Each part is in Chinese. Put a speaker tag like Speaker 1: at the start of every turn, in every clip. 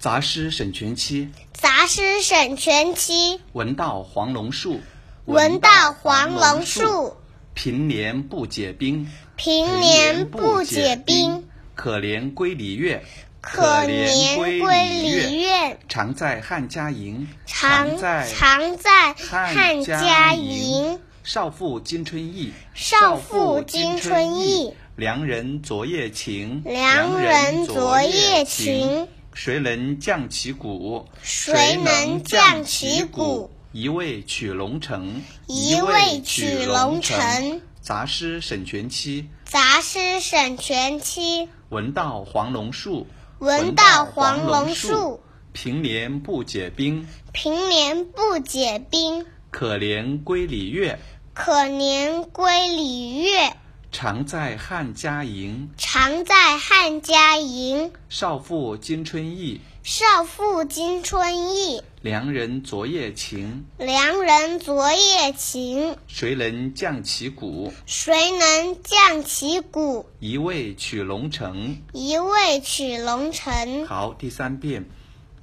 Speaker 1: 杂诗沈佺期，
Speaker 2: 杂诗沈佺期，
Speaker 1: 闻道黄龙树，
Speaker 2: 闻道黄龙树。
Speaker 1: 平年不解冰，
Speaker 2: 平年不解冰。
Speaker 1: 可怜归里月，
Speaker 2: 可怜归里
Speaker 1: 月。
Speaker 2: 月，
Speaker 1: 常在汉家营，
Speaker 2: 常
Speaker 1: 在
Speaker 2: 常在
Speaker 1: 汉
Speaker 2: 汉
Speaker 1: 家
Speaker 2: 家
Speaker 1: 营
Speaker 2: 营。
Speaker 1: 少妇今春意，
Speaker 2: 少妇今春意。
Speaker 1: 良人昨夜情，
Speaker 2: 良人昨夜情。
Speaker 1: 谁能降其鼓？
Speaker 2: 谁能降其鼓？
Speaker 1: 一味取龙城，
Speaker 2: 一味取龙城。
Speaker 1: 杂诗沈佺期，
Speaker 2: 杂诗沈佺期，
Speaker 1: 闻道黄龙树。
Speaker 2: 闻道黄龙树。
Speaker 1: 平年不解冰，
Speaker 2: 平年不解冰。
Speaker 1: 可怜归里月。
Speaker 2: 可怜归里月，
Speaker 1: 常在汉家营，
Speaker 2: 常在汉家营。
Speaker 1: 少妇今春意。
Speaker 2: 少妇今春意，
Speaker 1: 良人昨夜情，
Speaker 2: 良人昨夜情。
Speaker 1: 谁能降其鼓？
Speaker 2: 谁能降其鼓？
Speaker 1: 一味取龙城。
Speaker 2: 一味取龙城。
Speaker 1: 好，第三遍，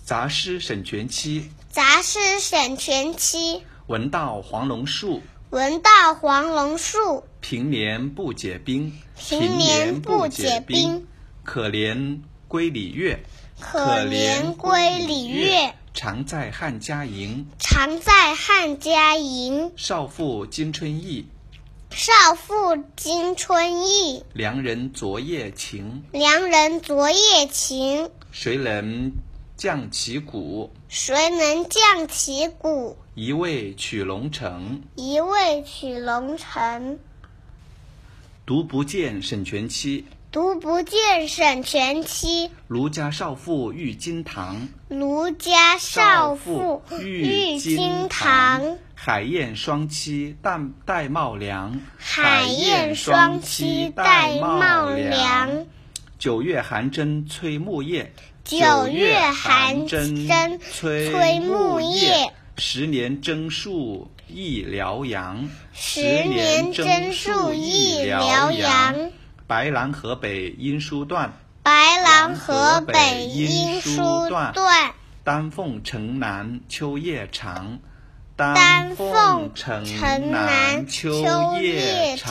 Speaker 1: 杂诗沈佺期，
Speaker 2: 杂诗沈佺期，
Speaker 1: 闻道黄龙树，
Speaker 2: 闻道黄龙树。
Speaker 1: 平年不解冰，
Speaker 2: 平年不解冰，
Speaker 1: 可怜归里月，
Speaker 2: 可怜归里月，，
Speaker 1: 常在汉家营，
Speaker 2: 常在汉家营。
Speaker 1: 少妇今春意，
Speaker 2: 少妇今春意，
Speaker 1: 良人昨夜情，
Speaker 2: 良人昨夜情。
Speaker 1: 谁能降其鼓？
Speaker 2: 谁能降其鼓？
Speaker 1: 一味取龙城。
Speaker 2: 一味取龙城。
Speaker 1: 独不见沈佺期，
Speaker 2: 独不见沈佺期，
Speaker 1: 卢家少妇遇金堂。
Speaker 2: 卢家少妇
Speaker 1: 遇
Speaker 2: 遇
Speaker 1: 金堂
Speaker 2: 金堂。，
Speaker 1: 海燕双栖淡戴帽梁，
Speaker 2: 海燕双栖戴帽梁。，
Speaker 1: 九月寒针催木叶，
Speaker 2: 九月寒
Speaker 1: 九
Speaker 2: 针
Speaker 1: 月寒催
Speaker 2: 催
Speaker 1: 木
Speaker 2: 木叶。
Speaker 1: 十年征树一辽阳，
Speaker 2: 十年
Speaker 1: 征
Speaker 2: 征
Speaker 1: 戍
Speaker 2: 戍
Speaker 1: 一
Speaker 2: 一
Speaker 1: 辽
Speaker 2: 辽
Speaker 1: 阳
Speaker 2: 阳。
Speaker 1: 白兰河北音书段，
Speaker 2: 白狼河北音书段。
Speaker 1: 丹凤城南秋夜长。丹
Speaker 2: 丹
Speaker 1: 凤
Speaker 2: 凤
Speaker 1: 城南
Speaker 2: 城南
Speaker 1: 秋
Speaker 2: 秋
Speaker 1: 夜
Speaker 2: 夜
Speaker 1: 长。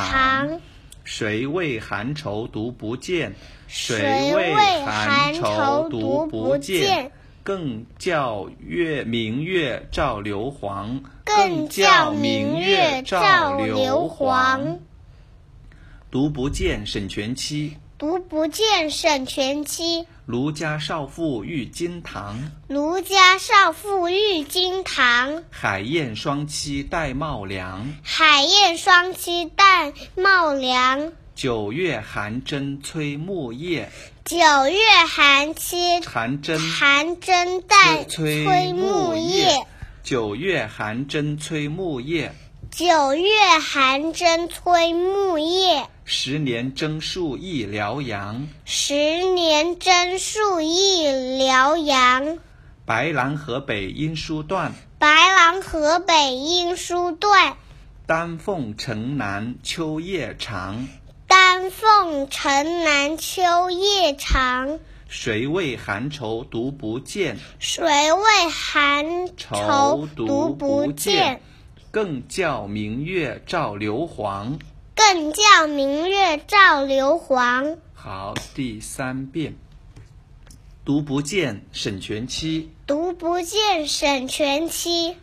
Speaker 2: 长，
Speaker 1: 谁为寒愁独不见？谁
Speaker 2: 谁
Speaker 1: 为
Speaker 2: 为
Speaker 1: 寒
Speaker 2: 寒
Speaker 1: 愁
Speaker 2: 愁
Speaker 1: 独
Speaker 2: 独
Speaker 1: 不
Speaker 2: 不
Speaker 1: 见
Speaker 2: 见？
Speaker 1: 更教月明月照流黄，
Speaker 2: 更教明月照流黄。。
Speaker 1: 独不见沈佺期，
Speaker 2: 独不见沈佺期，
Speaker 1: 卢家少妇遇金堂，
Speaker 2: 卢家少妇遇金堂。
Speaker 1: 海燕双栖戴帽梁。
Speaker 2: 海燕双栖戴帽梁，
Speaker 1: 九月寒针催木叶，
Speaker 2: 九月寒栖
Speaker 1: 寒针
Speaker 2: 寒针带
Speaker 1: 催
Speaker 2: 催
Speaker 1: 木
Speaker 2: 木
Speaker 1: 叶
Speaker 2: 叶。
Speaker 1: 九月寒针催木叶，
Speaker 2: 九月寒针催木叶，
Speaker 1: 十年征戍一辽阳。
Speaker 2: 十年针戍一辽阳。
Speaker 1: 白兰河北音书段，
Speaker 2: 白狼河北音书段，
Speaker 1: 丹凤城南秋夜长。
Speaker 2: 丹凤城南秋夜长。
Speaker 1: 谁为寒愁独不见？
Speaker 2: 谁为寒愁独不见？，
Speaker 1: 更教明月照流黄。
Speaker 2: 更教明月照流黄。
Speaker 1: 好，第三遍。独不见沈佺期，
Speaker 2: 独不见沈佺期，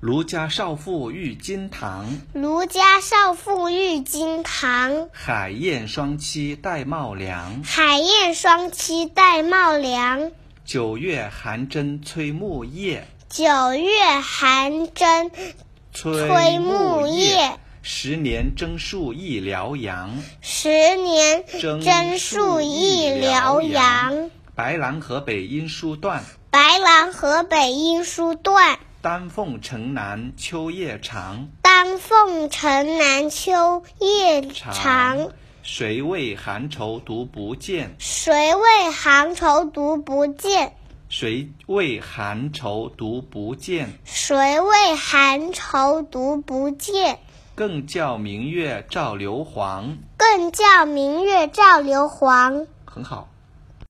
Speaker 1: 卢家少妇遇金堂。
Speaker 2: 卢家少妇遇金堂。
Speaker 1: 海燕双栖戴帽梁，
Speaker 2: 海燕双栖戴帽梁，
Speaker 1: 九月寒针催木叶。
Speaker 2: 九月寒针
Speaker 1: 催
Speaker 2: 催木叶。
Speaker 1: 十年征戍一辽阳，
Speaker 2: 十年
Speaker 1: 征
Speaker 2: 针戍一辽阳。
Speaker 1: 白兰河北音书段，
Speaker 2: 白狼河北音书段，
Speaker 1: 丹凤城南秋夜长。
Speaker 2: 丹凤城南秋夜长。
Speaker 1: 谁为寒愁独不见？
Speaker 2: 谁为寒愁独不见？
Speaker 1: 谁为寒愁独不见？
Speaker 2: 谁为寒愁独不见？
Speaker 1: 更教明月照流黄。
Speaker 2: 更教明月照流黄。
Speaker 1: 很好。